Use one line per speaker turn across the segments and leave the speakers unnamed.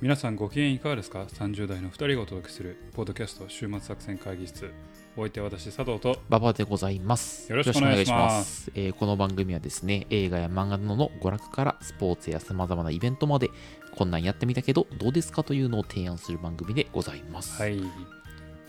皆さんご機嫌いかがですか ?30 代の2人がお届けするポッドキャスト週末作戦会議室お相手は私佐藤と
ババでございます。
よろしくお願いします
よろくお願いすえーこの番組はですね、映画や漫画などの娯楽からスポーツやさまざまなイベントまで、こんなんやってみたけど、どうですかというのを提案する番組でございます。
はい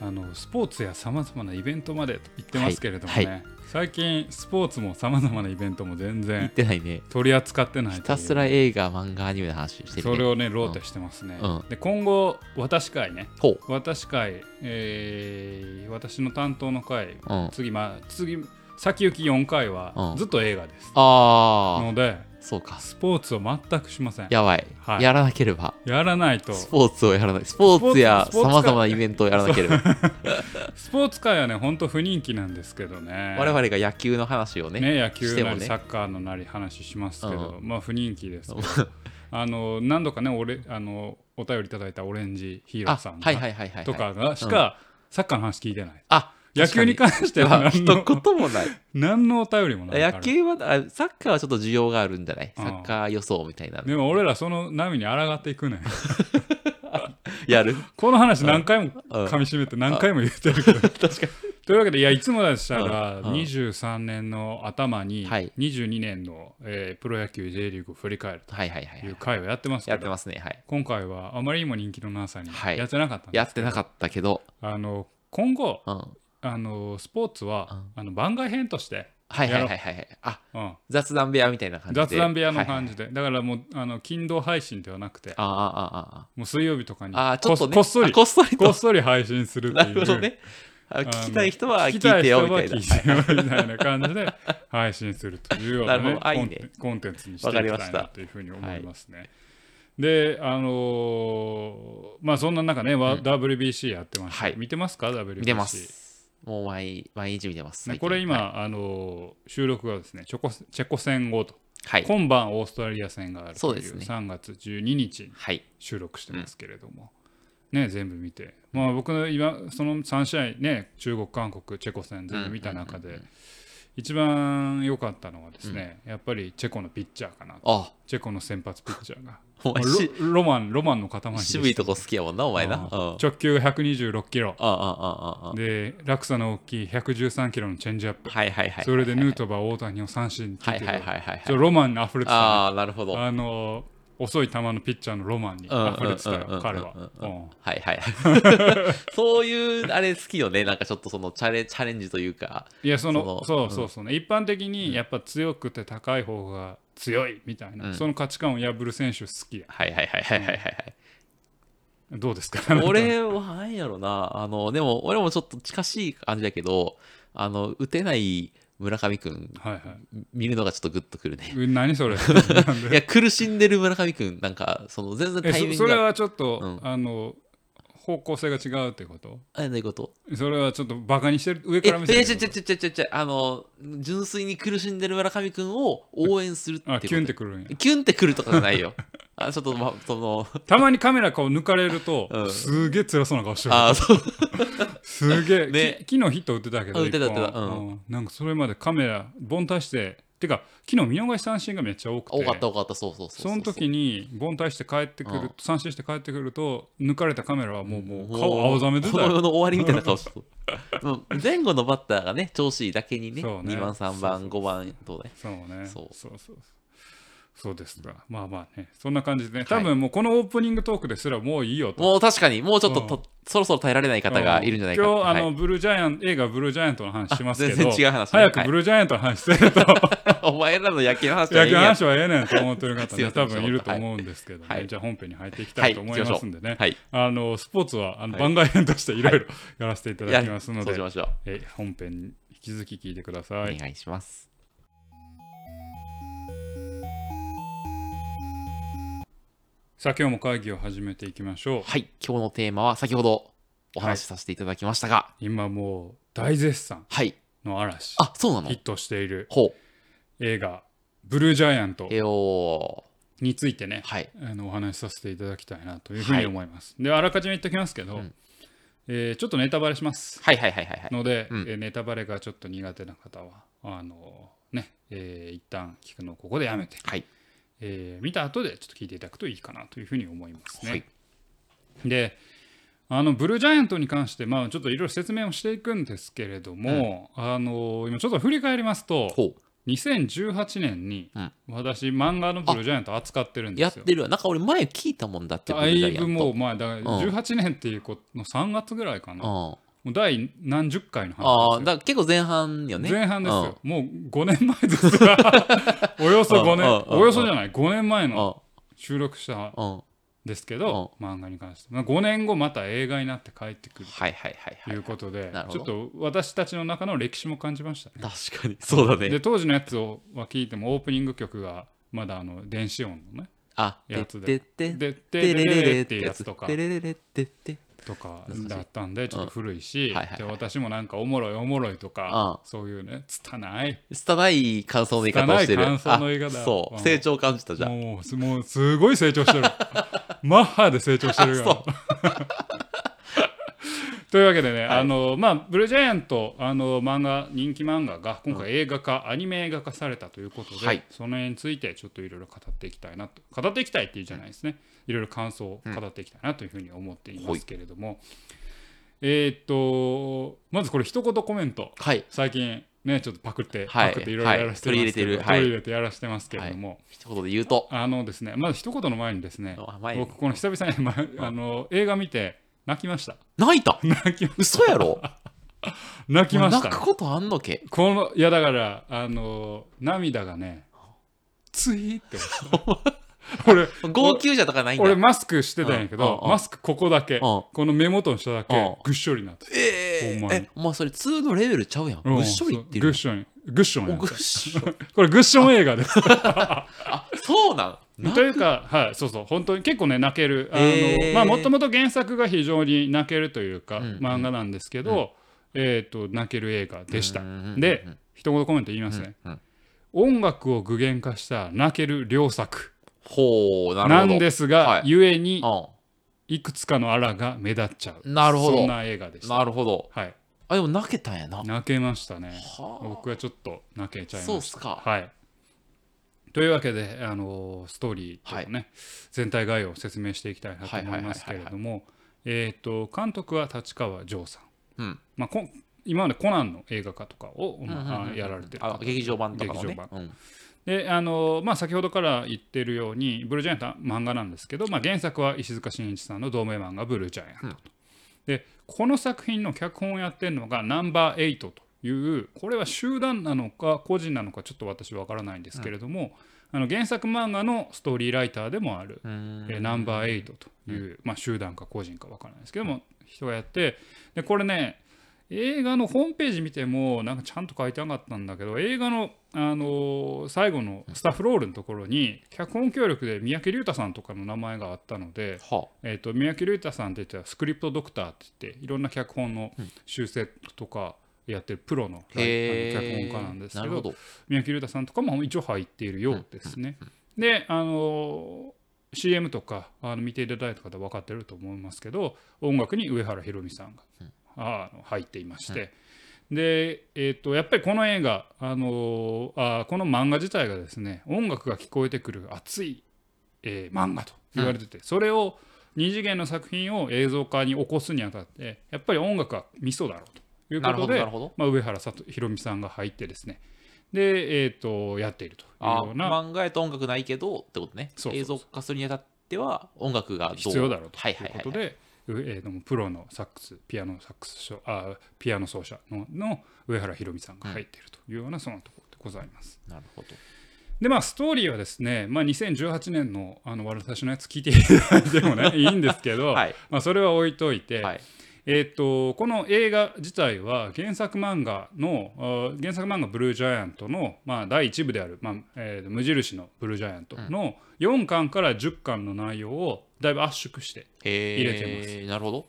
あのスポーツやさまざまなイベントまでと言ってますけれどもね、
はいは
最近スポーツもさまざまなイベントも全
言っ
然
てないね。
取り扱ってない
ひ
という
たすら映画、漫画、アニメの話してる、ね。
それをねローテしてますね、
うん
で今後私会ね
ほう。
私会、えー私の担当の会
うん。
次まあ次先行き4回は
うん
ずっと映画です、
あ
ので
ー、そうか。
スポーツを全くしませんや
やばい,、
はい
やらなければ。
らないと
スポーツをやらない。スポーツや
スポーツスポーツ
さまざまなイベントをやらなけ れば。
スポーツ界はねほんと不人気なんですけどね
我々が野球の話をね。
ね野
し
球
て
な
も
り
ね
サッカーのなり話しますけど、
う
まあ不人気ですけど あの何度かね俺あのお便りいただいたオレンジヒーロ
あ、
ーさんが
はいはいはいはい、はい。
とかがしか、サッカーの話聞いてない
あ、
野球に関して
確
は
かに
何
まあ
の
一言もない。
何のお便りもないから
野球はあサッカーはちょっと需要があるんじゃない
うん
サッカー予想みたいなの
でも俺らその波に抗っていくね
やる
この話何回も
うん
噛みしめて何回も言ってるけど
確か
というわけでいやいつもでしたら
うんうん
23年の頭に
はい
22年の、えープロ野球 J リーグを振り返る
はいはいは
と
いはいいう
回をやってます
や
け
って
ど
ますねはい
今回はあまりにも人気のなさに
はい
やってなかったんで
やってなかったけど、
あの今後
うん、
あのスポーツは、あの番外編として、
はいはいはいはいはいあ
うん、
雑談部屋みたいな感じで
雑談部屋の
はい
感じで、だからもうあの勤労配信ではなくて
ああ
もう水曜日とかに
あああああーちょっとね
ここっそ
あ
り
こっそり
ことっそり配信するって
な
いう
るほどねあ
の
聞きたい人は
聞き
聞
た
い
い
て
人
よ
は
みたいな
聞いてよみたいな感じ で配信するというような,、
なる
ね
ほどあいい
コン
ね
テコンテンツにしていきたい
わかりまし
な
た
というふうに思いますね。で、あのーまあそんな中ね、わ WBC やってました、
はい
見てますか ?WBC。
見てますもう毎毎日見てます、
ね、
最近
これ今、
はい
あのー収録がですねチョコチェコ戦後と、
はい、
今晩オーストラリア戦がある
そ
と
う
い
です
う
ね
3月12日に
はい
収録してますけれども、ね全部見て、まあ、僕の今その3試合ね中国韓国チェコ戦全部見た中で、
うんうんうん
一番良かったのはですね、やっぱりチェコのピッチャーかな
あ
チェコの先発ピッチャーが
お前し
ロロマンロマンの塊でした
渋いとこ好きやもんなお前な
うん
うん
直球が126キロ
ああああああ
で落差の大きい113キロのチェンジアップ、
はいはいはい
それでヌートバー大谷を三振に切
は
っ
い
て
はいはいはい
ちょっとロマンに溢れてたね、
ああなるほど
あの遅い球のピッチャーのロマンに溢れてた
うんうんうんうんう
よ
ん
彼は。
う
うん
は いはい。そういう、あれ好きよね。なんかちょっとそのチャレチャレンジというか。
いやその
そ
そう
の
そうそうね、一般的にやっぱ強くて高い方が強いみたいな、
うん
その価値観を破る選手好きや
はいはいはいはいはいはい
どうですか
はい。 俺は、なんやろな。あの、でも、俺もちょっと近しい感じだけど、あの、打てない村上くん、
はいはい
見るのがちょっとグッとくるね。
う何 それなん
い
で
や、苦しんでる村上くん、なんか、その、全然
え
タイミ
そ
ン
そ
グ
れ
が。
はちょっと、
うん
あの方向性が違うってこと
あれどういうこと
それはちょっとバカにしてる上
え、
か
え
ら見せ
ち
る
ゃ
って
ち
こ
ゃちゃちゃちゃちゃ、あの、純粋に苦しんでる村上くんを応援するって
とあ
こと
キュンってくるんや
キュンってくるとかじゃないよ。あちょっと、ま、その、
たまにカメラこう抜かれると、
うん
すげえ辛そうな顔してる
あーそう。
すげえ、
ね
き昨日ヒット打ってたけど
うん打ってた
一本
打ってたうん
うんなんかそれまでカメラ凡退しててか昨日見逃し三振がめっちゃ多くて
多かった多かった、そうそうそうう
その時に凡退して帰ってくる、
うん
三振して帰ってくると抜かれたカメラはもうもう顔青ざめて
こ
た
の
よ
世の終わりみたいな顔して たもう前後のバッターがね、調子いいだけにね、
そうね
2番、3
そうそう
番、5番とね。
そうねそ
そうう
そうそうそうですが、まあまあねそんな感じでね多分もうこのオープニングトークですらもういいよと
もう確かに、もうちょっと
うん
とそろそろ耐えられない方がいるんじゃないか
今日あ
はい
の、ブルージャイアン映画ブルージャイアントの話しますけど
全然違う話ね
早くブルージャイアントの話して ると
お前らの野球の話じゃ
野球
ない
の
んや。
話はええねんと思ってる方
すい
ね
ません
多分いると思うんですけどね、
はい
じゃあ本編に入っていきたいと思いますんでね、
はい。
あのスポーツはあの
はい
番外編としていろいろやらせていただきますので、
そうしましょう。
え本編に引き続き聞いてください
お。願いします。
さあ今日も会議を始めていきましょう。
はい。今日のテーマは、先ほどお話しさせていただきましたが、
今もう大絶賛
はい。
の嵐
あ、そうなの
ヒットしている
ほ
映画「ブルージャイアント
う。えお
についてね
ー。はい。
あのお話しさせていただきたいなというふうに思います。であらかじめ言っておきますけど、
うん
えーちょっとネタバレします。
はいはいはいはいはい。
ので、
うん
えーネタバレがちょっと苦手な方はあのね、えー一旦聞くのをここでやめて、
はい
えー見た後でちょっと聞いていただくといいかなというふうに思いますね。
はい
であのブルージャイアントに関して、まあ、ちょっといろいろ説明をしていくんですけれども、あの今ちょっと振り返りますと
ほう
2018年に
うん
私漫画のブルージャイアント扱ってるん
や
で
っ
すよ。
てるわなんか俺前聞いたもんだって
だいぶも
う
う、まあ、だから
うん
18年っていうこの3月ぐらいかな、も
あ
う第何十回の
あ
話です
ー
よ
だから結構前半よね
前半です
うん
よ、もう5年前 ですが、およそ5
うんうん
年、
うん
およそじゃない、5年前の
あ
収録したん
うん
ですけど、漫画に関して、まあ、5年後また映画になって帰ってくる
はいはいはい
と
はいいう
ことで、
なるほ
ちょ
ど
っと私たちの中の歴史も感じましたね。
確かにそうだね
で当時のやつをは聞いてもオープニング曲がまだあの電子音のね
あ
や
で
つ
て
で
て
で「で
てれ
で
れれ
で
っ
って
て
いう
や
や
つ
つとか
てれれれってって
とか
懐かしい
だったんでちょっと古いし
はいはいはい
で私もなんかおもろいおもろいとか
う
そういうね拙い
拙い感想の言い方をして
拙
る
い感想の言い方
あそううん成長感じたじゃん
もうすもうすごい成長してる マッハで成長してるよ
あそ
というわけでね、
はい
あのまあ、ブルージャイアントあの漫画人気漫画が今回映画化、アニメ映画化されたということで、
はい
その辺についてちょっといろいろ語っていきたいなと語っていきたいっていうじゃないですねいろいろ感想を語っていきたいなというふうに思っていますけれども、えーっとまずこれ一言コメント
はい
最近ねちょっとパクって、
はい
パクっていろいろやらせてますけど、
はい取り入れてるはい
取り入れてやらせてますけれども、
一言で言うと
あのですね、まず一言の前にですね、
あ前に
僕、この久々に、まあの映画見て、泣きました。
泣いた
泣き
嘘やろ
泣きまし
泣
たね、
くことあんのけ
この、いや、だから、あの、涙がね、ついって落 ちた。俺、
号泣じゃとかないんだ
俺、マスクしてたんやけ
うん
ど
う、ん
マスクここだけ、
ん
この目元の下だ
うん
け、ぐっしょりになってた。
え
ほん
ー
まに
えお前それ2のレベルちゃうやん
うん
ぐっしょりって
そうぐ
る
っしょり。ぐっしょり
お
なん
ぐ
で
っ
すよ。
しょり
これ、ぐっしょん映画です。
あそうなん
というか、はい、そうそう、本当に結構ね、泣ける、あ
へー
のまあ、もともと原作が非常に泣けるというか、
うん
漫画なんですけど、えー、と泣ける映画でした。
で
で、一言コメント言いますね。音楽を具現化した泣ける良作
ほうなる
な
ほど
んですが、
はい
ゆえに
う
いくつかのあらが目立っちゃう。
なるほど
そんな映画でし
ん
た。
なるほど
はい、
あでも泣けたんやなは
泣けましたね。
あ
僕はちょっと泣けちゃいました。
そうっすか
はい。というわけで、あのーストーリーとかね、全体概要を説明していきたいなと思いますけれども、えっ、と監督は立川ジョーさん。
うん
まあこ今までコナンの映画化とかを、
うんうん
まあ
うんうん
やられてる
あ
方
劇場版とかのね
劇場
うん
で、あのーまあ先ほどから言ってるように、ブルージャイアントは漫画なんですけど、まあ原作は石塚真一さんの同名漫画ブルージャイアントと。で、この作品の脚本をやってるのがナンバーエイトという、これは集団なのか個人なのかちょっと私わからないんですけれども、あの原作漫画のストーリーライターでもある
うーん
えーナンバーエイトという、まあ、集団か個人か分からないですけども、人がやってでこれね映画のホームページ見てもなんかちゃんと書いてなかったんだけど映画の、あのー最後のスタッフロールのところに脚本協力で三宅龍太さんとかの名前があったので、
は
えー、と三宅龍太さんって言ったらスクリプトドクターって言っていろんな脚本の修正とかやってるプロの
あ
ライ
へ
あの
え
脚本家なんです
な
け
る
ど
ほど
三宅龍太さんとかも一応入っているようですね。で、あの CM とかあの見ていただいた方分かってると思いますけど音楽に上原ひろみさんが、あの入っていまして、で、えっとやっぱりこの映画、あのあこの漫画自体がですね音楽が聞こえてくる熱い、えー漫画と言われてて、それを二次元の作品を映像化に起こすにあたってやっぱり音楽はミソだろうという
な
こと
るほど
で
なるほど
まあ、上原さとひろみさんが入ってですねで、えー、とやっているという
あ
ような
漫画やと音楽ないけどってことね
そうそうそう
映像化するにあたっては音楽がどう
必要だろうと
はいいうはいは
こ
い
とで、えー、とプロのサックスピアノサックス奏あピアノ奏者のの上原ひろみさんが入っているというようなそのところでございます。
なるほど
でまあストーリーはですね、まあ、2018年のあの私のやつ聞いていただいてもねいいんですけど、
はい
まあ、それは置いといて、
はい
えー、とこの映画自体は原作漫画のあー原作漫画「ブルージャイアントの」まあ、第1部である、まあえーと無印の「ブルージャイアント」の4巻から10巻の内容をだいぶ圧縮して
入
れてます
なるほど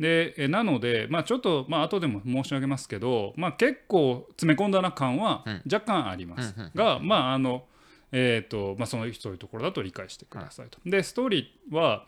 でえーなので、まあ、ちょっと、まあ後でも申し上げますけど、まあ、結構詰め込んだな感は
うん
若干あります、
うんうん
が、まああのえーとまあ、そのそういうところだと理解してくださいと。でストーリーは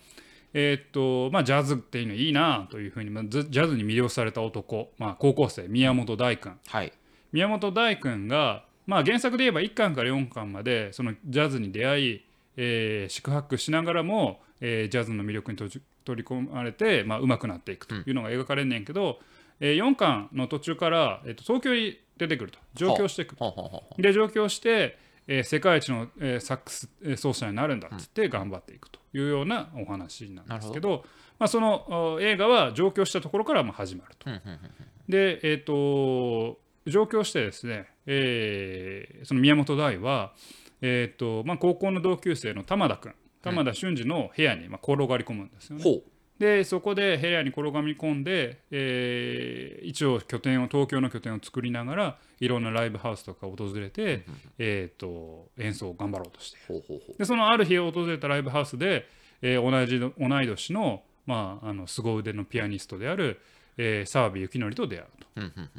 えーとまあ、ジャズっていうのいいなというふうに、まあ、ずジャズに魅了された男、まあ、高校生宮本大君
はい
宮本大君が、まあ、原作で言えば1巻から4巻までそのジャズに出会い、えー宿泊しながらも、えージャズの魅力にとじ取り込まれて、まあ、上手くなっていくというのが描かれんねんけど、えー4巻の途中から、えっと東京に出てくると上京してくる
ほうほうほうほ
で上京して、えー世界一の、えーサックスえー奏者になるんだっつって頑張っていくというようなお話なんですけどまあ、そのお映画は上京したところからまあ始まると。
ううんうんうん
で、えー、と上京してですね、えーその宮本大は、えーとまあ、高校の同級生の玉田君玉田俊二の部屋にまあ転がり込むんですよね。
ほう
でそこで部屋に転がり込んで、えー一応拠点を東京の拠点を作りながらいろんなライブハウスとかを訪れて、えー、と演奏を頑張ろうとしている
ほうほうほう
でそのある日訪れたライブハウスで、えー同じの同い年の,、まあ、あの凄腕のピアニストである、えー、澤部幸則と出会うと。
うんうん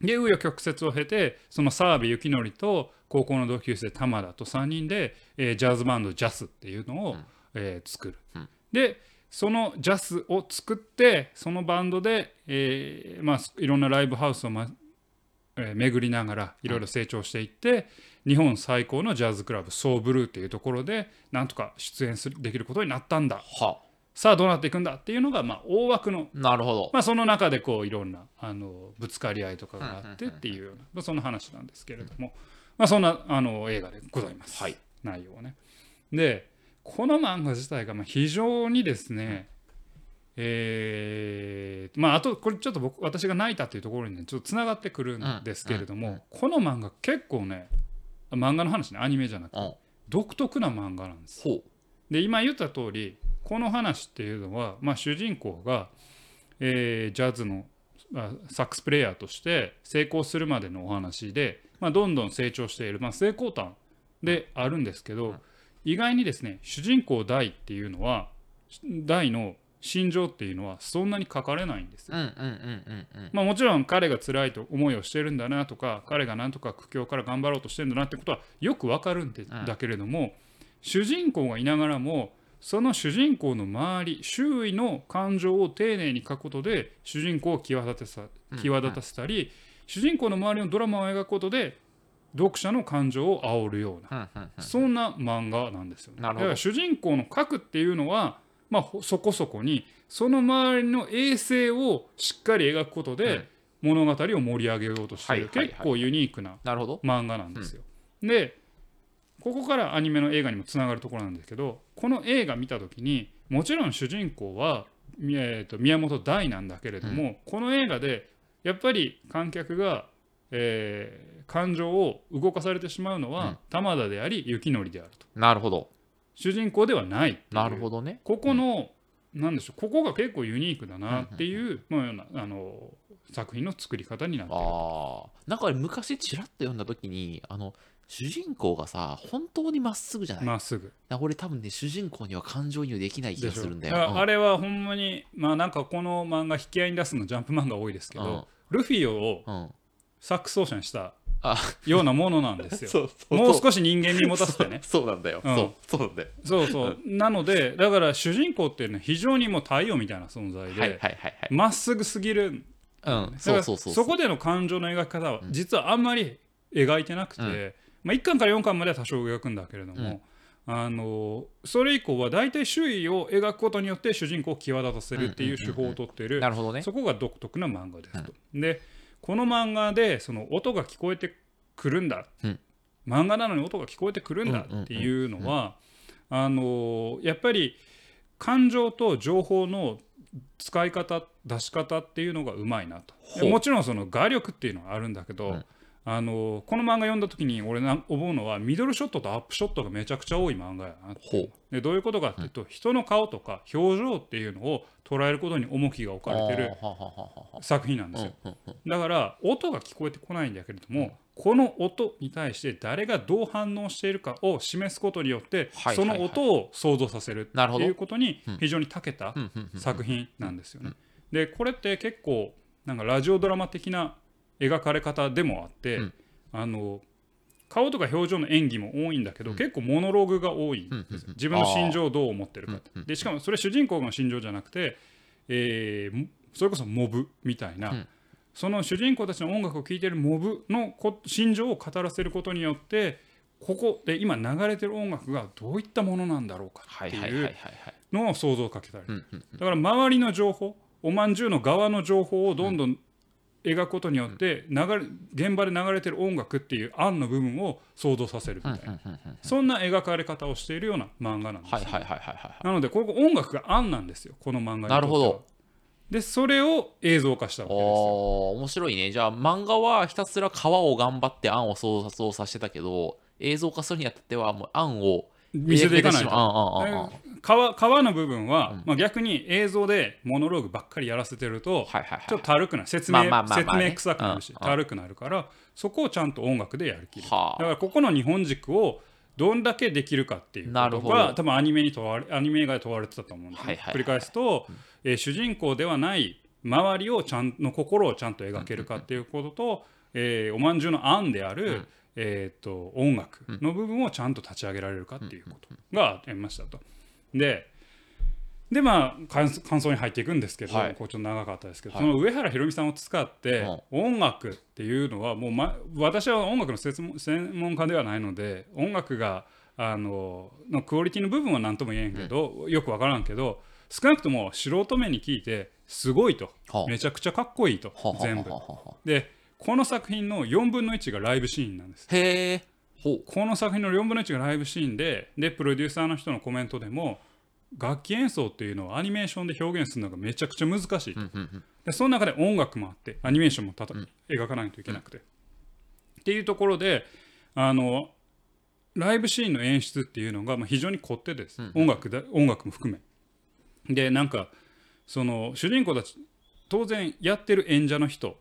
で紆余曲折を経てその澤部幸則と高校の同級生玉田と3人で、えージャズバンドジャスっていうのを、
うん
えー作る、
うん
でそのジャスを作ってそのバンドで、えーまあ、いろんなライブハウスを、まえー巡りながらいろいろ成長していって、日本最高のジャズクラブソーブルーっていうところでなんとか出演するできることになったんだ
は
さあどうなっていくんだっていうのが、まあ、大枠の
なるほど
まあ、その中でこういろんなあのぶつかり合いとかがあってっていうような、まあ、その話なんですけれども、まあ、そんなあの映画でございます、
はい
内容はね。でこの漫画自体がまあ非常にですね、えーまあ、あとこれちょっと僕私が泣いたというところにねちょっとつながってくるんですけれども、
うんうん
この漫画結構ね漫画の話ねアニメじゃなくて
うん
独特な漫画なんです。
ほう
で今言った通りこの話っていうのは、まあ、主人公が、えージャズのあサックスプレイヤーとして成功するまでのお話で、まあ、どんどん成長している、まあ、成功譚であるんですけど、意外にですね主人公大っていうのは大の心情っていうのはそんなに書かれないんですよ
うんうんうんうんうん
まあ、もちろん彼が辛いと思いをしてるんだなとか彼がなんとか苦境から頑張ろうとしてるんだなってことはよくわかるんで、
うん
だけれども主人公がいながらもその主人公の周り周囲の感情を丁寧に書くことで主人公を際立てさ
うん
際立たせたり、主人公の周りのドラマを描くことで読者の感情を煽るような
うんうんうん
そんな漫画なんですよね。
なるほど
だから主人公の核っていうのは、まあ、ほそこそこにその周りの衛星をしっかり描くこと
うん
で物語を盛り上げようとしている
はいはいはい
結構ユニークな
なるほど
漫画なんですよ。でここからアニメの映画にもつながるところなんですけどこの映画見た時にもちろん主人公は、みえー、と宮本大なんだけれども、この映画でやっぱり観客が、えー感情を動かされてしまうのは、
うん
玉田であり雪乃であると
なるほど
主人公ではないっていう
なるほどね
ここの、なんでしょうここが結構ユニークだなっていう、まあようなあの作品の作り方になってる
あーなんか昔ちらっと読んだ時にあの主人公がさ本当にまっすぐじゃない、
まっすぐ。
な俺多分ね主人公には感情移入できない気
で
が
し
す
ょ
るんだ
だか
よ、
ら
うん
あれはほんまにまあなんかこの漫画引き合いに出すのジャンプ漫画多いですけど、
うん
ルフィを
うん、
サックス奏者にした
あ
ようなものなんですよ。
そうそう。
もう少し人間に持たせてね
そうなんだよ、
うん
そうそうなんだよ
そうそう。なので、だから主人公っていうのは非常にもう太陽みたいな存在
はいはい
で、
はいはい
まっすぐすぎるん
うん、
だか
そう
ら
そうそう
そこでの感情の描き方は実はあんまり描いてなくて、
うん
まあ、1巻から4巻までは多少描くんだけれども、あのそれ以降は大体周囲を描くことによって主人公を際立たせるっていう手法をとっている
なるほどね
そこが独特な漫画ですと。でこの漫画でその音が聞こえてくるんだ、
うん
漫画なのに音が聞こえてくるんだっていうのはあのーやっぱり感情と情報の使い方出し方っていうのがうまいなとで
ほう
もちろんその画力っていうのはあるんだけど、
うん
あのーこの漫画読んだ時に俺な思うのはミドルショットとアップショットがめちゃくちゃ多い漫画やなって
ほう
でどういうことかっていうと、人の顔とか表情っていうのを捉えることに重きが置かれてる
あーははははは
作品なんですよ、
うんうんうん
だから音が聞こえてこないんだけれども、この音に対して誰がどう反応しているかを示すことによって、
はい
その音を想像させる
なる
っ
ほ
て
ど
いうことに
うん
非常に長けた
うんうんうん
作品なんですよね。でこれって結構なんかラジオドラマ的な描かれ方でもあって、
うん
あの顔とか表情の演技も多いんだけど、結構モノローグが多いんですよ、
うん
自分の心情をどう思ってるかって、
うんうん
でしかもそれ主人公の心情じゃなくて、えーもそれこそモブみたいな、
うん
その主人公たちの音楽を聴いてるモブのこ心情を語らせることによってここで今流れてる音楽がどういったものなんだろうか
は
っ
い
て
はいはい
い
はいうはい
の想像をかけたり
うんうん
だから周りの情報おまんじゅうの側の情報をどんどん描くことによって流れ現場で流れてる音楽っていう案の部分を想像させるみたいな、
うんうんうんうん
そんな描かれ方をしているような漫画なんです、
はいはいはいはいは
なのでここ音楽が案なんですよこの漫画にとっては
なるほど
でそれを映像化したわ
い。
けですよ
おー面白いね。じゃあ漫画はひたすら川を頑張って案を想像させてたけど、映像化するにあたってはもう案を
見せていかないと
あああああ
川川の部分は、まあ、逆に映像でモノローグばっかりやらせてると、
はいはい
ちょ
は
っとたるくなる説
ま
明
あまあまあまあね
説明臭くなるし、
うんうん
たるくなるから、そこをちゃんと音楽でやるきる。だ
はあ
からここの日本軸をどんだけできるかっていう
な
こ
る
と
ほど
が、多分アニメに問われアニメが問われてたと思うんです、ね
はいはいはい
繰り返すと、えー主人公ではない周りをちゃんの心をちゃんと描けるかっていうことと、えーおまんじゅうの案である、えー、と音楽の部分をちゃんと立ち上げられるかっていうことがありましたと。ででまあ感感想に入っていくんですけど、
はい
こうちょっと長かったですけど、
はい
その上原ひろみさんを使って、音楽っていうのはもう、ま、私は音楽の専門専門家ではないので音楽があののクオリティの部分は何とも言えんけど、よく分からんけど少なくとも素人目に聞いてすごいと
はあ
めちゃくちゃかっこいいと
あ。
全部
は。あはあはあ
でこの作品の4分の1がライブシーンなんです。
へえ。ほう。
この作品の4分の1がライブシーンででプロデューサーの人のコメントでも楽器演奏っていうのをアニメーションで表現するのがめちゃくちゃ難しいと、
うんうんうん
でその中で音楽もあってアニメーションもたた、描かないといけなくて、っていうところであのライブシーンの演出っていうのがまあ非常に凝ってです、音楽だ音楽も含めでなんかその主人公たち当然やってる演者の人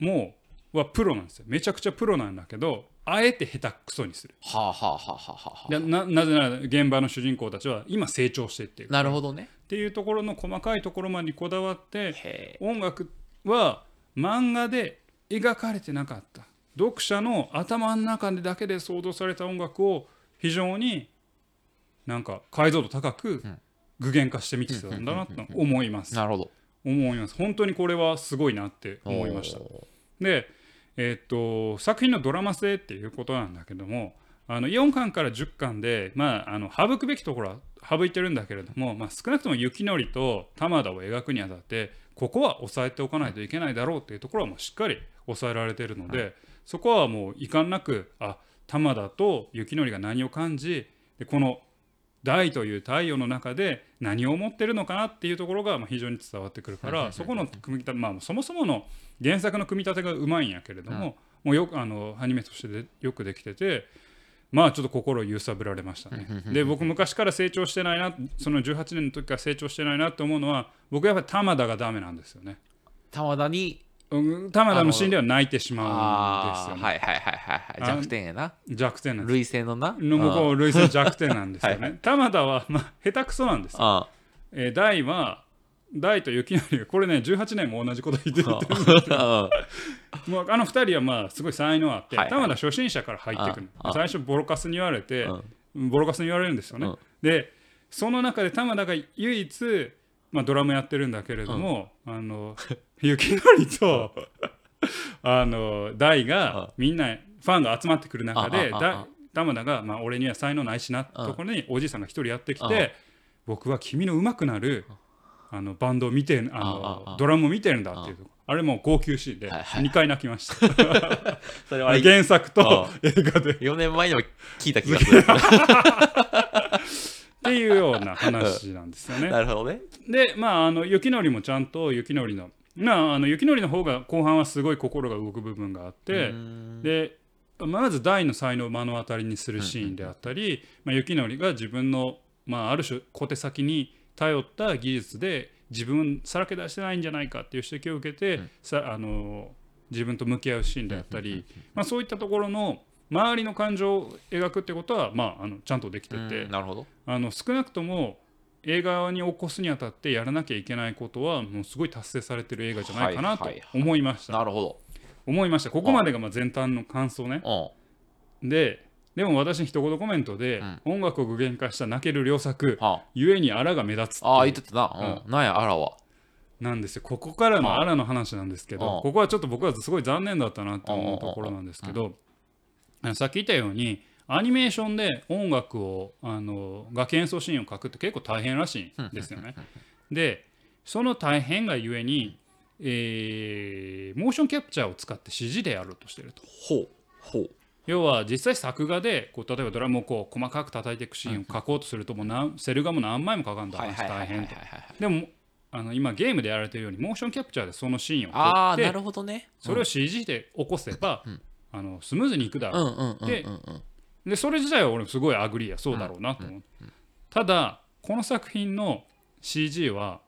もはプロなんですよめちゃくちゃプロなんだけどあえて下手くそにする
はあはあはあはあはあは
でななぜなら現場の主人公たちは今成長していってる
あ。なるほどね。
っていうところの細かいところまでこだわって
へえ。
音楽は漫画で描かれてなかった読者の頭の中でだけで想像された音楽を非常になんか解像度高く具現化してみてたんだなと思います
なるほど。
思います本当にこれはすごいなって思いました
おー。
で、えーっと作品のドラマ性っていうことなんだけどもあの4巻から10巻で、まあ、あの省くべきところは省いてるんだけれども、まあ、少なくとも雪のりと玉田を描くにあたってここは抑えておかないといけないだろうっていうところはもうしっかり抑えられてるので、そこはもう遺憾なくあ玉田と雪のりが何を感じでこの大という太陽の中で何を思ってるのかなっていうところがまあ非常に伝わってくるか
はいはいはい
らそこの組み立てまあそもそもの原作の組み立てがうまいんやけれどももうよくあのアニメとしてでよくできててまあちょっと心を揺さぶられましたねで僕昔から成長してないなその18年の時から成長してないなと思うのは僕はやっぱり玉田がダメなんですよね
玉田に。
うん玉田のシーンでは泣いてしまうんです
ああ
よ
ー。
ね
はいはいはいはいはい。
あ
弱点やな。
弱点なんです
類性のな。
の向こ
う
う類性弱点なんですよね玉田はまあ下手くそなんですよ
ん。あ
えー、大は大と雪のりがこれね18年も同じこと言ってるって
あ。
もうあの二人はまあすごい才能あって、
はいはい
玉田初心者から入ってくる
ああ
最初ボロカスに言われて
うん
ボロカスに言われるんですよね、
うん
でその中で玉田が唯一、まあ、ドラムやってるんだけれども、あの雪のりとあの大がみんなファンが集まってくる中で
あああああ
だ玉田が、まあ、俺には才能ないしなってところにおじいさんが一人やってきて僕は君の上手くなるあのバンドを見てあの
あああ
ドラムを見てるんだっていうとこあれもう号泣シーンで
はいはい
2回泣きました
それは
原作と
あ
映画でっ
4年前にも聞いた気がする。
ていうような話なんです よね。
なるほどね。
でまああの雪のりもちゃんと雪のりのまああの雪のりの方が後半はすごい心が動く部分があっ
う
て
ん
でまず大の才能を目の当たりにするシーンであったり、まあ、雪のりが自分の、まあ、ある種小手先に頼った技術で自分さらけ出してないんじゃないかっていう指摘を受けて、さあの自分と向き合うシーンであったり、まあ、そういったところの周りの感情を描くってことは、まあ、あのちゃんとできてて、
うんなるほど。
あの少なくとも映画に起こすにあたってやらなきゃいけないことはもうすごい達成されてる映画じゃないかなと
はいはいは
思いました、
なるほ
思いましたここまでがまあ前端の感想ね
ど。
ででも私に一言コメントで、音楽を具現化した泣ける良作
うん。は
ゆえにあらが目立つ
ああー、
ってい
言
う
ってたな。うん。なんや、あらは。
なんですよここからのあらの話なんですけ
うん
どここはちょっと僕はすごい残念だったなって思うところなんですけどあのさっき言ったようにアニメーションで音楽をあの楽器演奏シーンを書くって結構大変らしいんですよね。でその大変がゆえに、えーモーションキャプチャーを使って指示でやろうとしてると。
ほうほう
要は実際作画でこう例えばドラムをこう細かく叩いていくシーンを書こうとするともう何セル画も何枚も書かんと
はいはいはい
大
はいはい
変
はい
と。でもあの今ゲームでやられてるようにモーションキャプチャーでそのシーンを
ああ
撮っ
な
て
るほどね
それを CG で起こせば、あのスムーズにいくだろう
うんうんうんうんうん
ででそれ自体は俺すごいアグリーやそうだろうなと思う、ただこの作品の CG は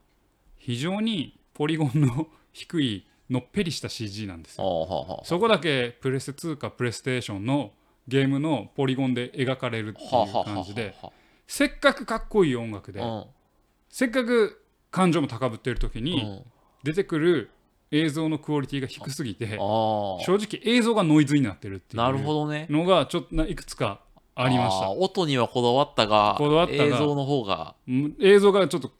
非常にポリゴンの低いのっぺりした CG なんですよ
ほうほうほ
そこだけプレステ2かプレイステーションのゲームのポリゴンで描かれるっていう
はあ
う
はあは
感
あ
じで
は
せっかくかっこいい音楽で
あ
せっかく感情も高ぶってる時
うんう
に
ん
出てくる映像のクオリティが低すぎて
あ
正直映像がノイズになってるって
あ
い
なるほ
う
どね
のがちょっとないくつかありました
ー音にはこだわったが
こだわったが
映像の方が
うん映像がちょっと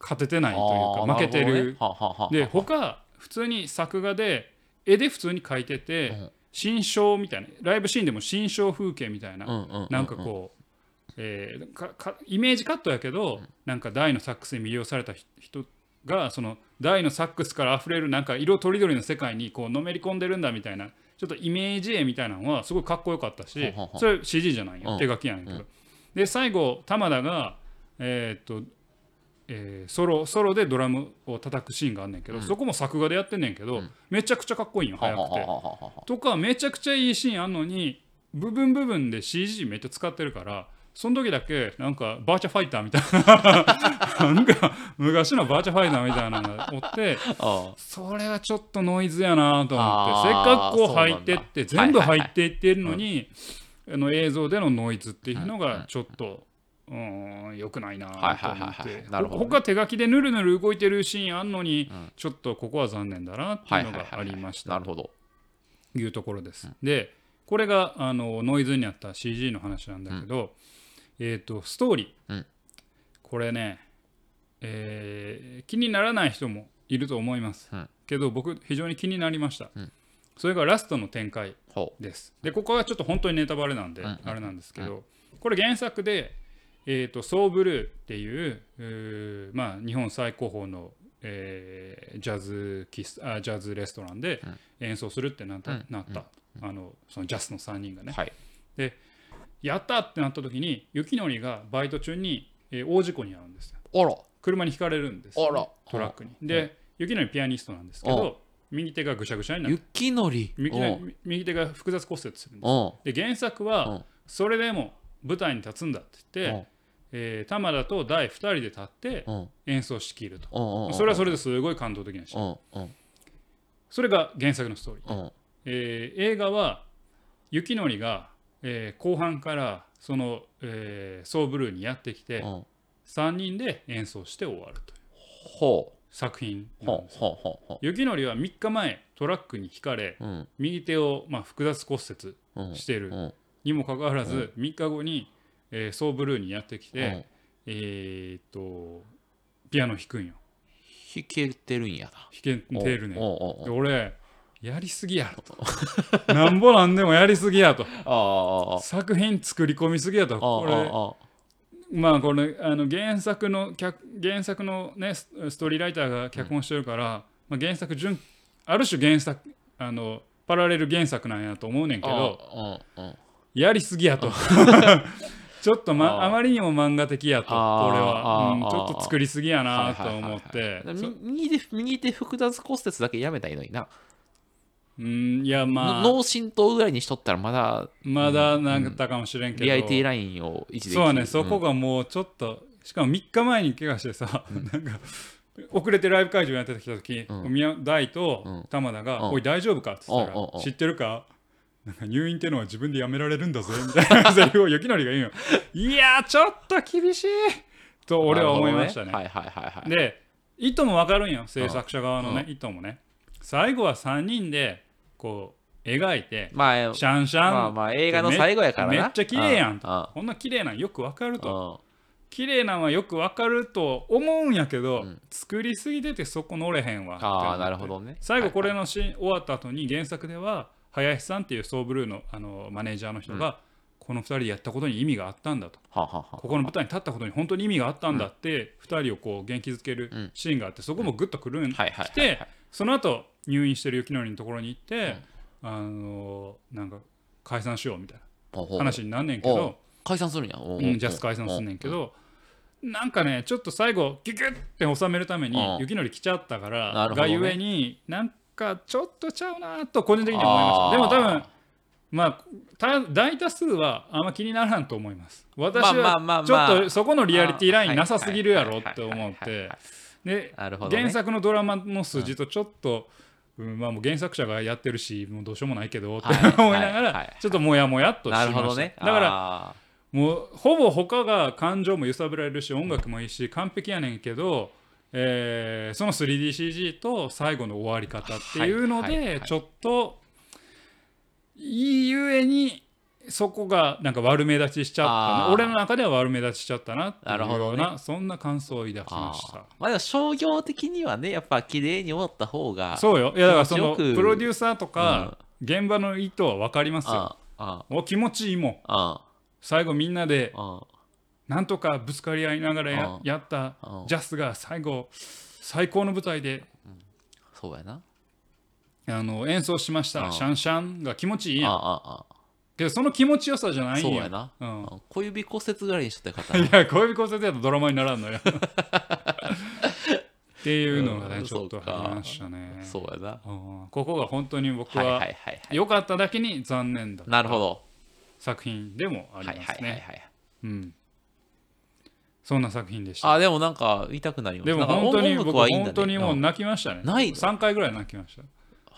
勝ててないというか
あー
負けてる
なほどねはあはあはあ
で他普通に作画で絵で普通に描いてて、
うん
新章みたいなライブシーンでも新章風景みたいな、
うんうんうん
なんかこう、えーかかイメージカットやけど、なんか大のサックスに魅了されたひ人がその大のサックスから溢れるなんか色とりどりの世界にこうのめり込んでるんだみたいなちょっとイメージ絵みたいなのはすごいかっこよかったし、
ほうほうほう
それ CG じゃないよ、
うん
手書きやねんけど、で最後玉田がえーっとえーソロソロでドラムを叩くシーンがあんねんけど、そこも作画でやってんねんけど、めちゃくちゃかっこいいんよ
はあ
早
は
く
あは
て
あ。はあはあ
とかめちゃくちゃいいシーンあんのに部分部分で CG めっちゃ使ってるからその時だけなんかバーチャファイターみたいななんか昔のバーチャファイターみたいなのがおって
あ
それはちょっとノイズやなと思
あ
っ
ー
てせっかくこ
そううな
入
んだ
ってって
はい
全部
はいは
入
い
っていってるのにあの映像でのノイズっていうのがちょっと。うーん良くないな
はい
と
はいはい
思っ
はい
て
なるほどね
他手書きでぬるぬる動いてるシーンあんのに
ん
ちょっとここは残念だなって
はいいうは
の
いはい
がありました
なるほど
いうところです。でこれがあのノイズになった CG の話なんだけど、えー、とストーリー、
うん
これね、えー気にならない人もいると思います、
うん
けど僕非常に気になりました、
うん
それがラストの展開
ほ
ですでここはちょっと本当にネタバレなんで、
うんうん
あれなんですけど、これ原作で「えー、とソーブルー」っていううーまあ、日本最高峰の、えージャズ喫茶あジャズレストランで
うん
演奏するってなった,、
うん
なったあのそのジャスの3人が
う
ね、
はい
やったってなった時に雪のりがバイト中に、えー大事故に遭うんですよ
あら
車にひかれるんです
あ
よね、
ら
トラックにで雪のりピアニストなんですけど右手がぐしゃぐしゃになって
雪のり
右手
うん
が右手が複雑骨折するんです
うん
で原作
う
は
ん
それでも舞台に立つんだって言って、えー玉田と大2人で立って
うんうん
演奏しきると、
うんうん
それはそれですごい感動的なシーン、
うんうん
それが原作のストーリー、
うん
えー映画は雪のりが、えー後半からその、えーソーブルーにやってきて、
うん
3人で演奏して終わるという
ほ
作品
う
なん
ほ
です
うほうほうほ
雪のりは3日前トラックにひかれ
ううん
右手を、まあ、複雑骨折
うん
してる
うん
にもかかわらず、3日後に、えーソーブルーにやってきて、えーっとピアノ弾くんよ
うん弾けてるんやな
弾けてるね
おうおうお
で
う
俺やりすぎやろと なんぼなんでもやりすぎやと
あ
作品作り込みすぎやと
あああ
これ
ああ
まあこれあの原作の脚原作のねスストーリーライターが脚本してるから、まあ、原作順ある種原作あのパラレル原作なんやと思うねんけど
ああうんうん
やりすぎやと ちょっと、ま、
あー
あまりにも漫画的やとこれ
あー
は、うん
あー
ちょっと作りすぎやなと
はいはいはい
思
は
っ
い
て
だからみ右手右手複雑骨折だけやめたらいいのにな
うんいやまあ
脳震盪ぐらいにしとったらまだ
まだなかったかもしれんけど、
リアリティラインを維持できる
そうやねそこがもうちょっと、しかも3日前に怪我してさ、なんか遅れてライブ会場やってきた時、
うん
宮大と
ん
玉田が「
うん
おい大丈夫か?」って言った
うんうんう
ら「
ん
知ってるか?」なんか入院ってのは自分でやめられるんだぜみたいなセリフを雪乃りが言うよ。いやーちょっと厳しいと俺は思いましたね。
なるほどはいはいはいはい
で意図もわかるんよ制作者側のね、意図もね。最後は3人でこう描いて
まあ
シャンシャン、
まあまあ映画の最後やからな
めっちゃ綺麗やんと
あ
こんな綺麗なんよくわかると
あ
綺麗なんはよくわかると思うんやけど、
うん
作りすぎててそこ乗れへんわって思って
あーなるほどね
最後これのシーン終わった後に原作では林さんっていうソーブルーのあのマネージャーの人が、この2人でやったことに意味があったんだと
はあ、はあはあ
ここの舞台に立ったことに本当に意味があったんだって2人をこう元気づけ
うん
るシーンがあってそこもグッとくるん
はいはい
来
はいは
て
い
その後入院してる雪乃りのところに行ってあのなんか解散しようみたい
ほうほ
な
う
話になんねんけ
おう
ど
解散するんやおうおう
うんジャス解散すんねんけどなんかねちょっと最後ギュギュって収めるために
うん
雪乃り来ちゃったから
なるほど
が
ね
ゆえになんかちょっとちゃうなと個人的には
あ
思
ー
いましたでも多分まあた大多数はあんま気にならんと思います私
まあまあまあ
はちょ
ま
っ
あ
とそこのリアリティライ
あー
ンなさすぎるやろって
はいはい
思
はい
っ
はいはい
て
はい
で
なるほどね
原作のドラマの筋とちょっと、うんまあ、もう原作者がやってるしもうどうしようもないけどって
はいはい
思いなが
はいはい
らちょっともやもやっとしま
なる
し
ほ
た
どね
だから
あ
もうほぼ他が感情も揺さぶられるし音楽もいいし完璧やねんけど、えーその 3DCG と最後の終わり方っていうの
はいはいは
で
い
ちょっといいゆえにそこがなんか悪目立ちしちゃった
あ
な
ー
俺の中では悪目立ちしちゃったなってい
なるほ
うよ
ど
う
ね
なそんな感想を抱きまし
あ
た。
まあでも商業的にはねやっぱ綺麗に終わった方がう
そうよいやだからそ
気持
の
ちよく
プロデューサーとか現場の意図は分かりますよ。
ああ
お気持ちいいもん
あ
最後みんなで
あ
なんとかぶつかり合いながらや
うん
やった
うん
ジャスが最後最高の舞台で
そうやな
あの演奏しまし
う
た
ん
シャンシャンが気持ちいい
あ
やん
あ
けどその気持ちよさじゃ
ああ
ない
そ
ん
う
や
やな
うん
うん小指骨折ぐらいにしとった方
いや恋人生だとドラマにならんの よっていうのが
う
ね
ん
ちょっとありましたね
そうやな
うんここが本当に僕
はいはいは
はい
はい
良かっただけに残念だ
なるほど
作品でもあ
は
りま
いはいは
す
いは
ね
い
うんそんな作品でした
あでもなんか痛くなりまし
で
た
も
なんか
本当に
音
僕
楽はいいんだね
本当にもう
うん
泣きましたね。
ないの
3回ぐらい泣きました。
あ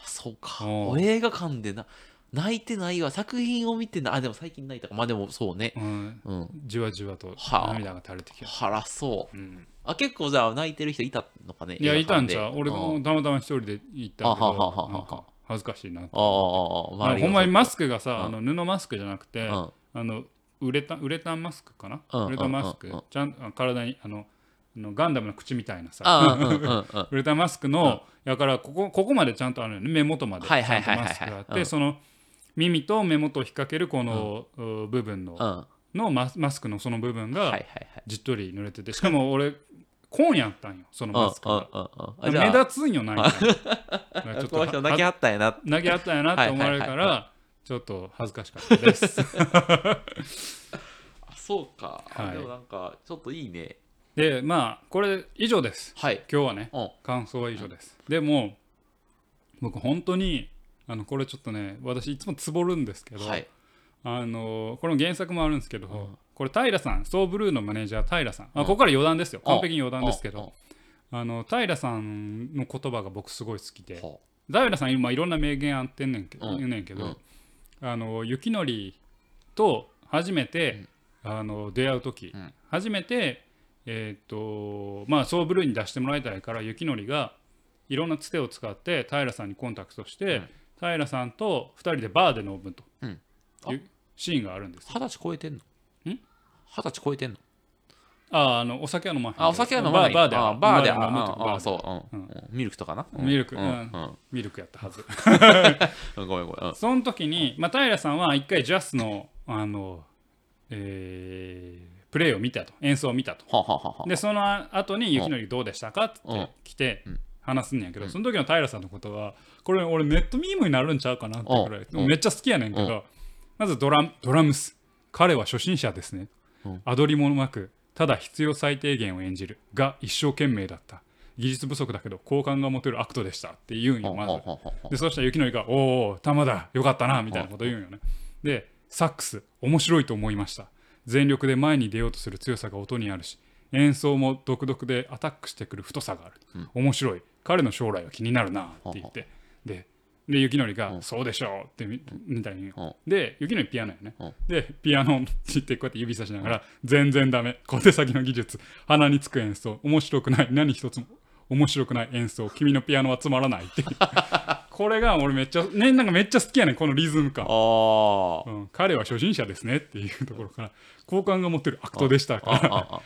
そうか
うん
お映画館でな泣いてないわ作品を見てなあでも最近泣いたかまあでもそうね
うん、
うん
じわじわと
はあ
涙が垂れてきまし
はらそう
た。うん、
あ結構じゃあ泣いてる人いたのかね
いや、
映
い
画
たん
館で
ちゃう俺
あ
もたまたま一人で行ったけど、
あはははは
なんか恥ずかしいなって。
ああああああ
なんか
周り
ほん
が
まにマスクがさ、あ
うん
の布マスクじゃなくて、
うん
あのウレタンウレタンマスクかな、
うん
ウレタンマスク、
うんうん
ちゃんあ体にあのあのガンダムの口みたいなさ、
ああうんうんうん
ウレタンマスクの、だからここここまでちゃんとあるよね目元までち
はいは
ゃ
い
んと
はいは
マ
いはい
スクがあっ
うん
てその耳と目元を引っ掛けるこの、う部分の,、
うん は
のマスマスクのその部分
いは
が
いはい
じっとり濡れててしかも俺紺やったんよその
うんうん
マスクが。
うんうんあ
目
じゃあ
立つんよないからだからちょっ
この人
と
泣き
は
はったんやな
投げあったんやなって思われるか
はいはいは
らちょっと恥ずかしかったです。
あそうかあ
はい
でもなんかちょっといいね
でまあこれ以上です
はい
今日はね
うん
感想は以上です。でも僕本当にあのこれちょっとね私いつもつぼるんですけど、
はい
あのこの原作もあるんですけど、これ平さんソーブルーのマネージャー平さん、あここから余談ですよ完璧に余談ですけど、あの平さんの言葉が僕すごい好きで
は
平さん今いろんな名言あってんねんけ,、
うん
言うねんけど、
うん
あの雪のりと初めて、あの出会う時、
うん
初めてえーっ、とまあソーブルーに出してもらいたいから雪のりがいろんなつてを使って平さんにコンタクトして、
うん
平さんと2人でバーで飲むと
うんあ
いうシーンがあるんですよ
二十歳超えてんの二十歳超えてんの
ああのお酒は飲まへんけど
あお酒は飲まない
バーバ
あ
ーで
バーで
飲むと
あ
バー
あ
で
そううんうんミルクとかなうん
ミルク
う
うんん
うん
ミルクやったはず
うんごめんごめんうん
その時に、まあ、平さんは一回ジャスのあの、えープレーを見たと演奏を見たと
はあはあはあは
でその後に「雪のりどうでしたか?」って
うん
来て
うん
話すんやけど、その時の平さんのことはこれ俺ネットミームになるんちゃうかなってくらい、
うん
めっちゃ好きやねんけど、
うん
まずドラムドラムス彼は初心者ですね、
うん
アドリブもなくただ必要最低限を演じるが一生懸命だった技術不足だけど好感が持てるアクトでしたって言うん
あ
よ
は
ま
あ
ず
は。あはあ
でそしたら雪のりが「おお玉だよかったな」みたいなこと言うんよねでサックス面白いと思いました全力で前に出ようとする強さが音にあるし演奏も独特でアタックしてくる太さがある、面白い彼の将来は気になるなって言ってでで雪のりが「そうでしょう」ってみみたいに言う
うん
で雪のりピアノよね
うん
でピアノって言ってこうやって指さしながら「全然ダメ小手先の技術鼻につく演奏面白くない何一つも面白くない演奏君のピアノはつまらない」っていうこれが俺めっちゃ、ね、なんかめっちゃ好きやねんこのリズム感、
あ
うん、彼は初心者ですねっていうところから好感が持ってるアクトでしたか
ああ
ら
ああ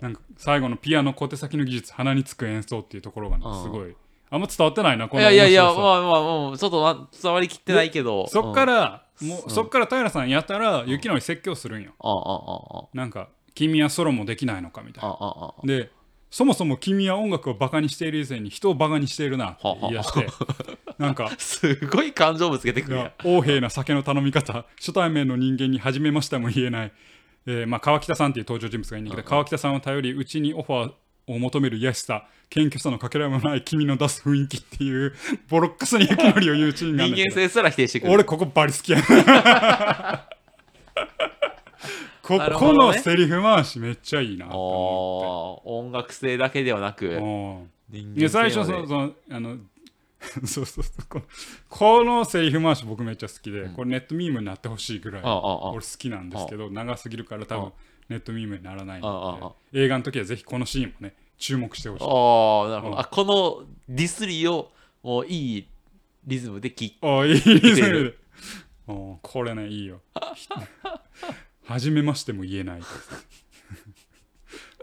なんか最後のピアノ小手先の技術鼻につく演奏っていうところがね
ああ
すごいあんま伝わってないなこ
い
の
やいやいや、ま
面白さ
あまあ、もうちょっとな伝わりきってないけど。
そっから、も
うん
うそっから平さんやったら雪乃に説教するんよ
あああ
なんか「君はソロもできないのか」みたい
あああ
な
あああ
でそもそも君は音楽をバカにしている以前に人をバカにしているなって言い出してなんか
すごい感情ぶつけてく
い
るや
や
ん
横柄な酒の頼み方初対面の人間に初めましても言えない、えーまあ、川北さんっていう登場人物がいるんだけど、川北さんを頼りうちにオファーを求める癒しさ謙虚さのかけらもない君の出す雰囲気っていうボロックスに雪のりを言うチームがあるんだ
人
けど
間性すら否定してくる
俺ここバリ好きやな こ
なるほ
こ
ど
の
ね
セリフ回しめっちゃいいな
あ
と
あ
思って
音楽性だけではなく
うん
人
いや
間性ま
最初
で
そのそのあの そうそうそうこのこのセリフ回し僕めっちゃ好きで、これネットミームになってほしいぐらい
ああああ
俺好きなんですけど長すぎるから多
あ
分ネットミームにならない
ああああ
ので映画の時はぜひこのシーンもね注目してほしい
ああなるほ
う
ど
ん
あこのディスリーをもういいリズムで聞
あいいリズ
て
ムで
る
おーこれねいいよ 初めましても言えないです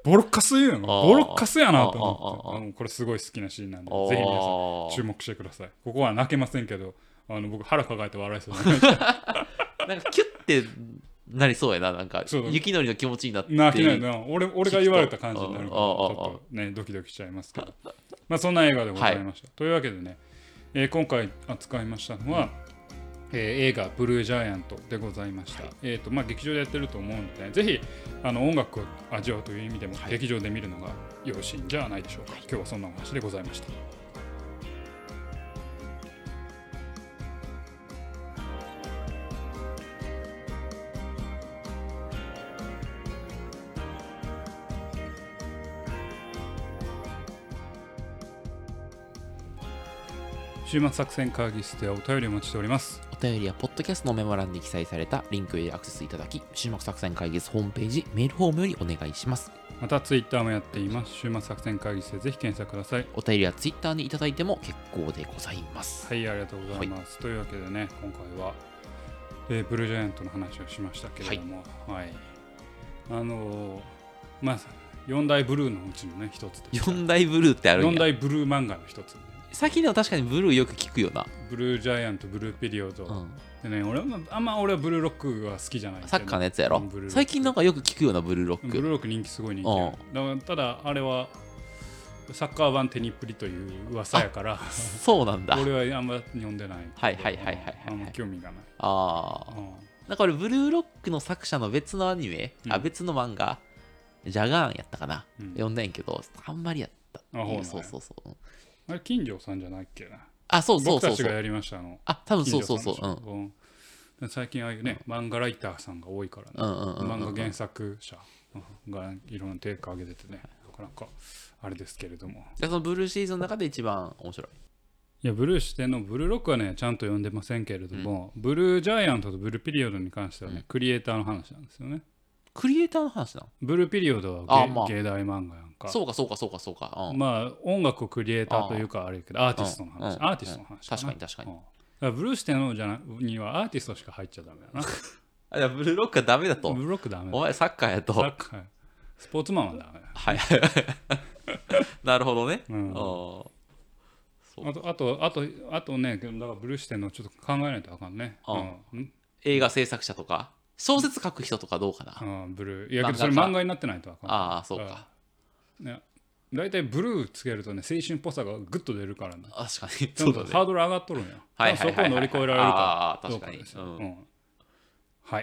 ボロッカス言うの
あー
ボロッカスやなと思
あーあー
っ
あー
てうんこれすごい好きなシーンなんで
あー
ぜひ皆さん注目してくださいここは泣けませんけどあの僕腹抱えて笑いそうになりました
なんかキュッてなりそうやななんか
そう
雪のりの気持ちになって
泣けないな俺俺が言われた感じになるからち
あーあーあー
ょっとねドキドキしちゃいますけどまあそんな映画でございました、というわけでね、えー今回扱いましたのは、えー映画「ブルージャイアント」でございました、えーとまあ、劇場でやってると思うので、ぜひあの音楽を味わうという意味でも、
はい
劇場で見るのがよろしいんじゃないでしょうか、今日はそんなお話でございました週末作戦会議室ではお便りをお待ちしております
お便りやポッドキャストのメモ欄に記載されたリンクへアクセスいただき週末作戦会議室ホームページメールフォームよりお願いします
またツイッターもやっています週末作戦会議室でぜひ検索ください
お便りはツイッターにいただいても結構でございます
はい、ありがとうございます。というわけでね、今回は、えーブルージャイアントの話をしましたけれども、はい。あのーまあ、四大ブルーのうちのね、一つでした。
四大ブルーってあるん
四
や
大ブルー漫画の一つ。
先のは確かにブルーよく聞くよな、
ブルージャイアント、ブルーピリオド。
う
で
ん、
ね、俺はまああんま俺はブルーロックは好きじゃないけど
サッカーのやつやろ
ブルーロック
最近なんかよく聞くようなブルーロ
ブ
ッ
ル
ク
ーロック人気すごい人気よだからただ、あれは、サッカー版テニプリという噂やから、
そうなんだ
俺はあんま読んでないけど。
はいはいはいはいはい
あんま興味がない。
ああ
うん
なんか俺ブルーロックの作者の別のアニメ、あ
うん
別の漫画ジャガーンやったかな、
うん
読んだんやけどあんまりやったっていう
あほうなんや
そうそうそううん
あれ金城さんじゃないっけな
あそうそう
僕
そ
た
う
ち
そ
が
う
やりましたあの
あ多分そ
金
うそ
城
う
さ
そ
ん
う
でし
うん
ょうん最近ああいうね漫画ライターさんが多いからね
うんうんうんうんうん
漫画原作者がいろんなテイク上げててねなかなかあれですけれども
でそのブルーシリーズの中で一番面白い
いやブルー視点のブルーロックはねちゃんと読んでませんけれども、ブルージャイアントとブルーピリオドに関してはね、クリエイターの話なんですよね
クリエイターの話なの
ブルーピリオド
あ
は芸,、
まあ
芸大漫画やんか
そうかそうかそうかそうか、うん
まあ音楽をクリエイターというかあれやけどアーティストの話、
うん
アーティストの話な、
確かに確かに
うんだらブルーステのじゃなにはアーティストしか入っちゃダメだな。
あいやブルーロックはダメだと
ブロックダメ
お
だ。
前サッカーやと
サッカースポーツマンはダメだ。
はい なるほどね、
うん
あー
あと、あと、あと、あとね、だからブルーステのちょっと考えないとあかんね。
あ
うん
映画制作者とか小説書く人とかどうかな、
うんブルー。いや、けど
漫
そ
画家
れ漫画になってないとあかん。
ああそうか、
ね。大体ブルーつけるとね、青春っぽさがグッと出るからね。
確かにそうだね
ハードル上がっとるんや。
はいは
そ
いはい
こ
は
を
い
乗り越えられるか
あー
どう
確
か
かに
ですよ。
うん
うんは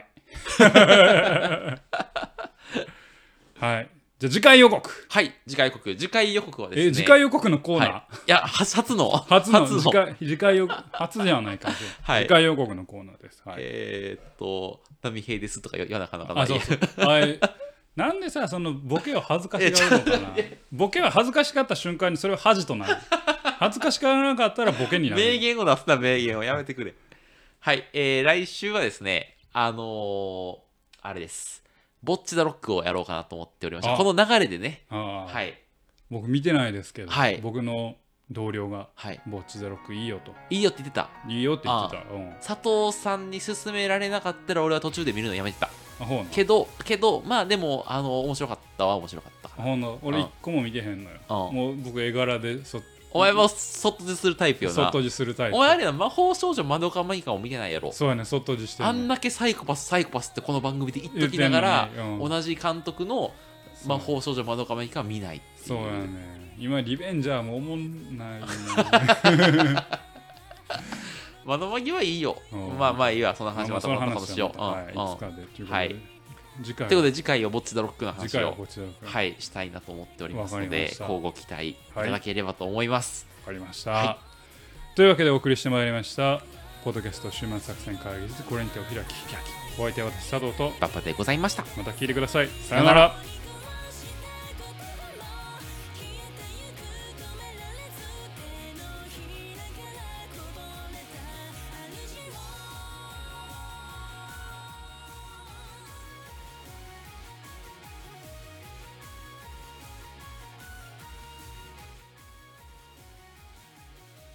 い。 はい。じゃあ次回予告。
はい、次回予告。次回予告はですね。
え、次回予告のコーナ
は
ー。
い、いや、は初の。
初の次回次回予告初じゃないかもしれない、
はい
次回予告のコーナーです。はい、
えーっと、波平ですとか言わなかなかない。
あそう そうはいなんでさそのボケを恥ずかしがるのかなボケは恥ずかしかった瞬間にそれは恥となる恥ずかしがらなかったらボケにな
名
る
言を出すな、名言をやめてくれ。はい、えー、来週はですね、あのーあれです。ぼっちだロックをやろうかなと思っておりました。
あ
この流れでね。
ああ
はい。
僕見てないですけど、
はい
僕の同僚が
はい
「。ぼっちゼロックいいよ」と
いいよって言ってた。
「いいよ」って言ってたうん
佐藤さんに勧められなかったら俺は途中で見るのやめてた。
あほうな
けど、けど、まあでも、あの、面白かったは面白かった。
あほんの俺
あ
一個も見てへんのよ
あ
もう僕絵柄でそ
お前も外でするタイプよな
外地するタイプ
お前あれやな魔法少女窓かマギカを見てないやろ
そうやね外地して
あ
るね
んだけサイコパスサイコパスってこの番組で言っときながら、
言ってんのにうん
同じ監督の
そう
魔法少女窓かマギカは見ないって
そう
い
や
う
ね今リベンジャーも思んないね
窓マギはいいよ、
うん
まあまあいいわその話
まあ
また
その
また
話
かもしよう、
は
うん
ね
うん
はいいつかでということで、
はい
次回
ということで次回はぼっちだロックの
次
話
回は
を
こちらから
はいしたいなと思っておりますの
わかり
で
ました
交互期待いただければと思います、
わかりました、
は
というわけでお送りしてまいりましたポッドキャスト週末作戦会議室これにてお開きお相手は私佐藤と
バッパでございました
また聞いてくださいさよ
さよな
なら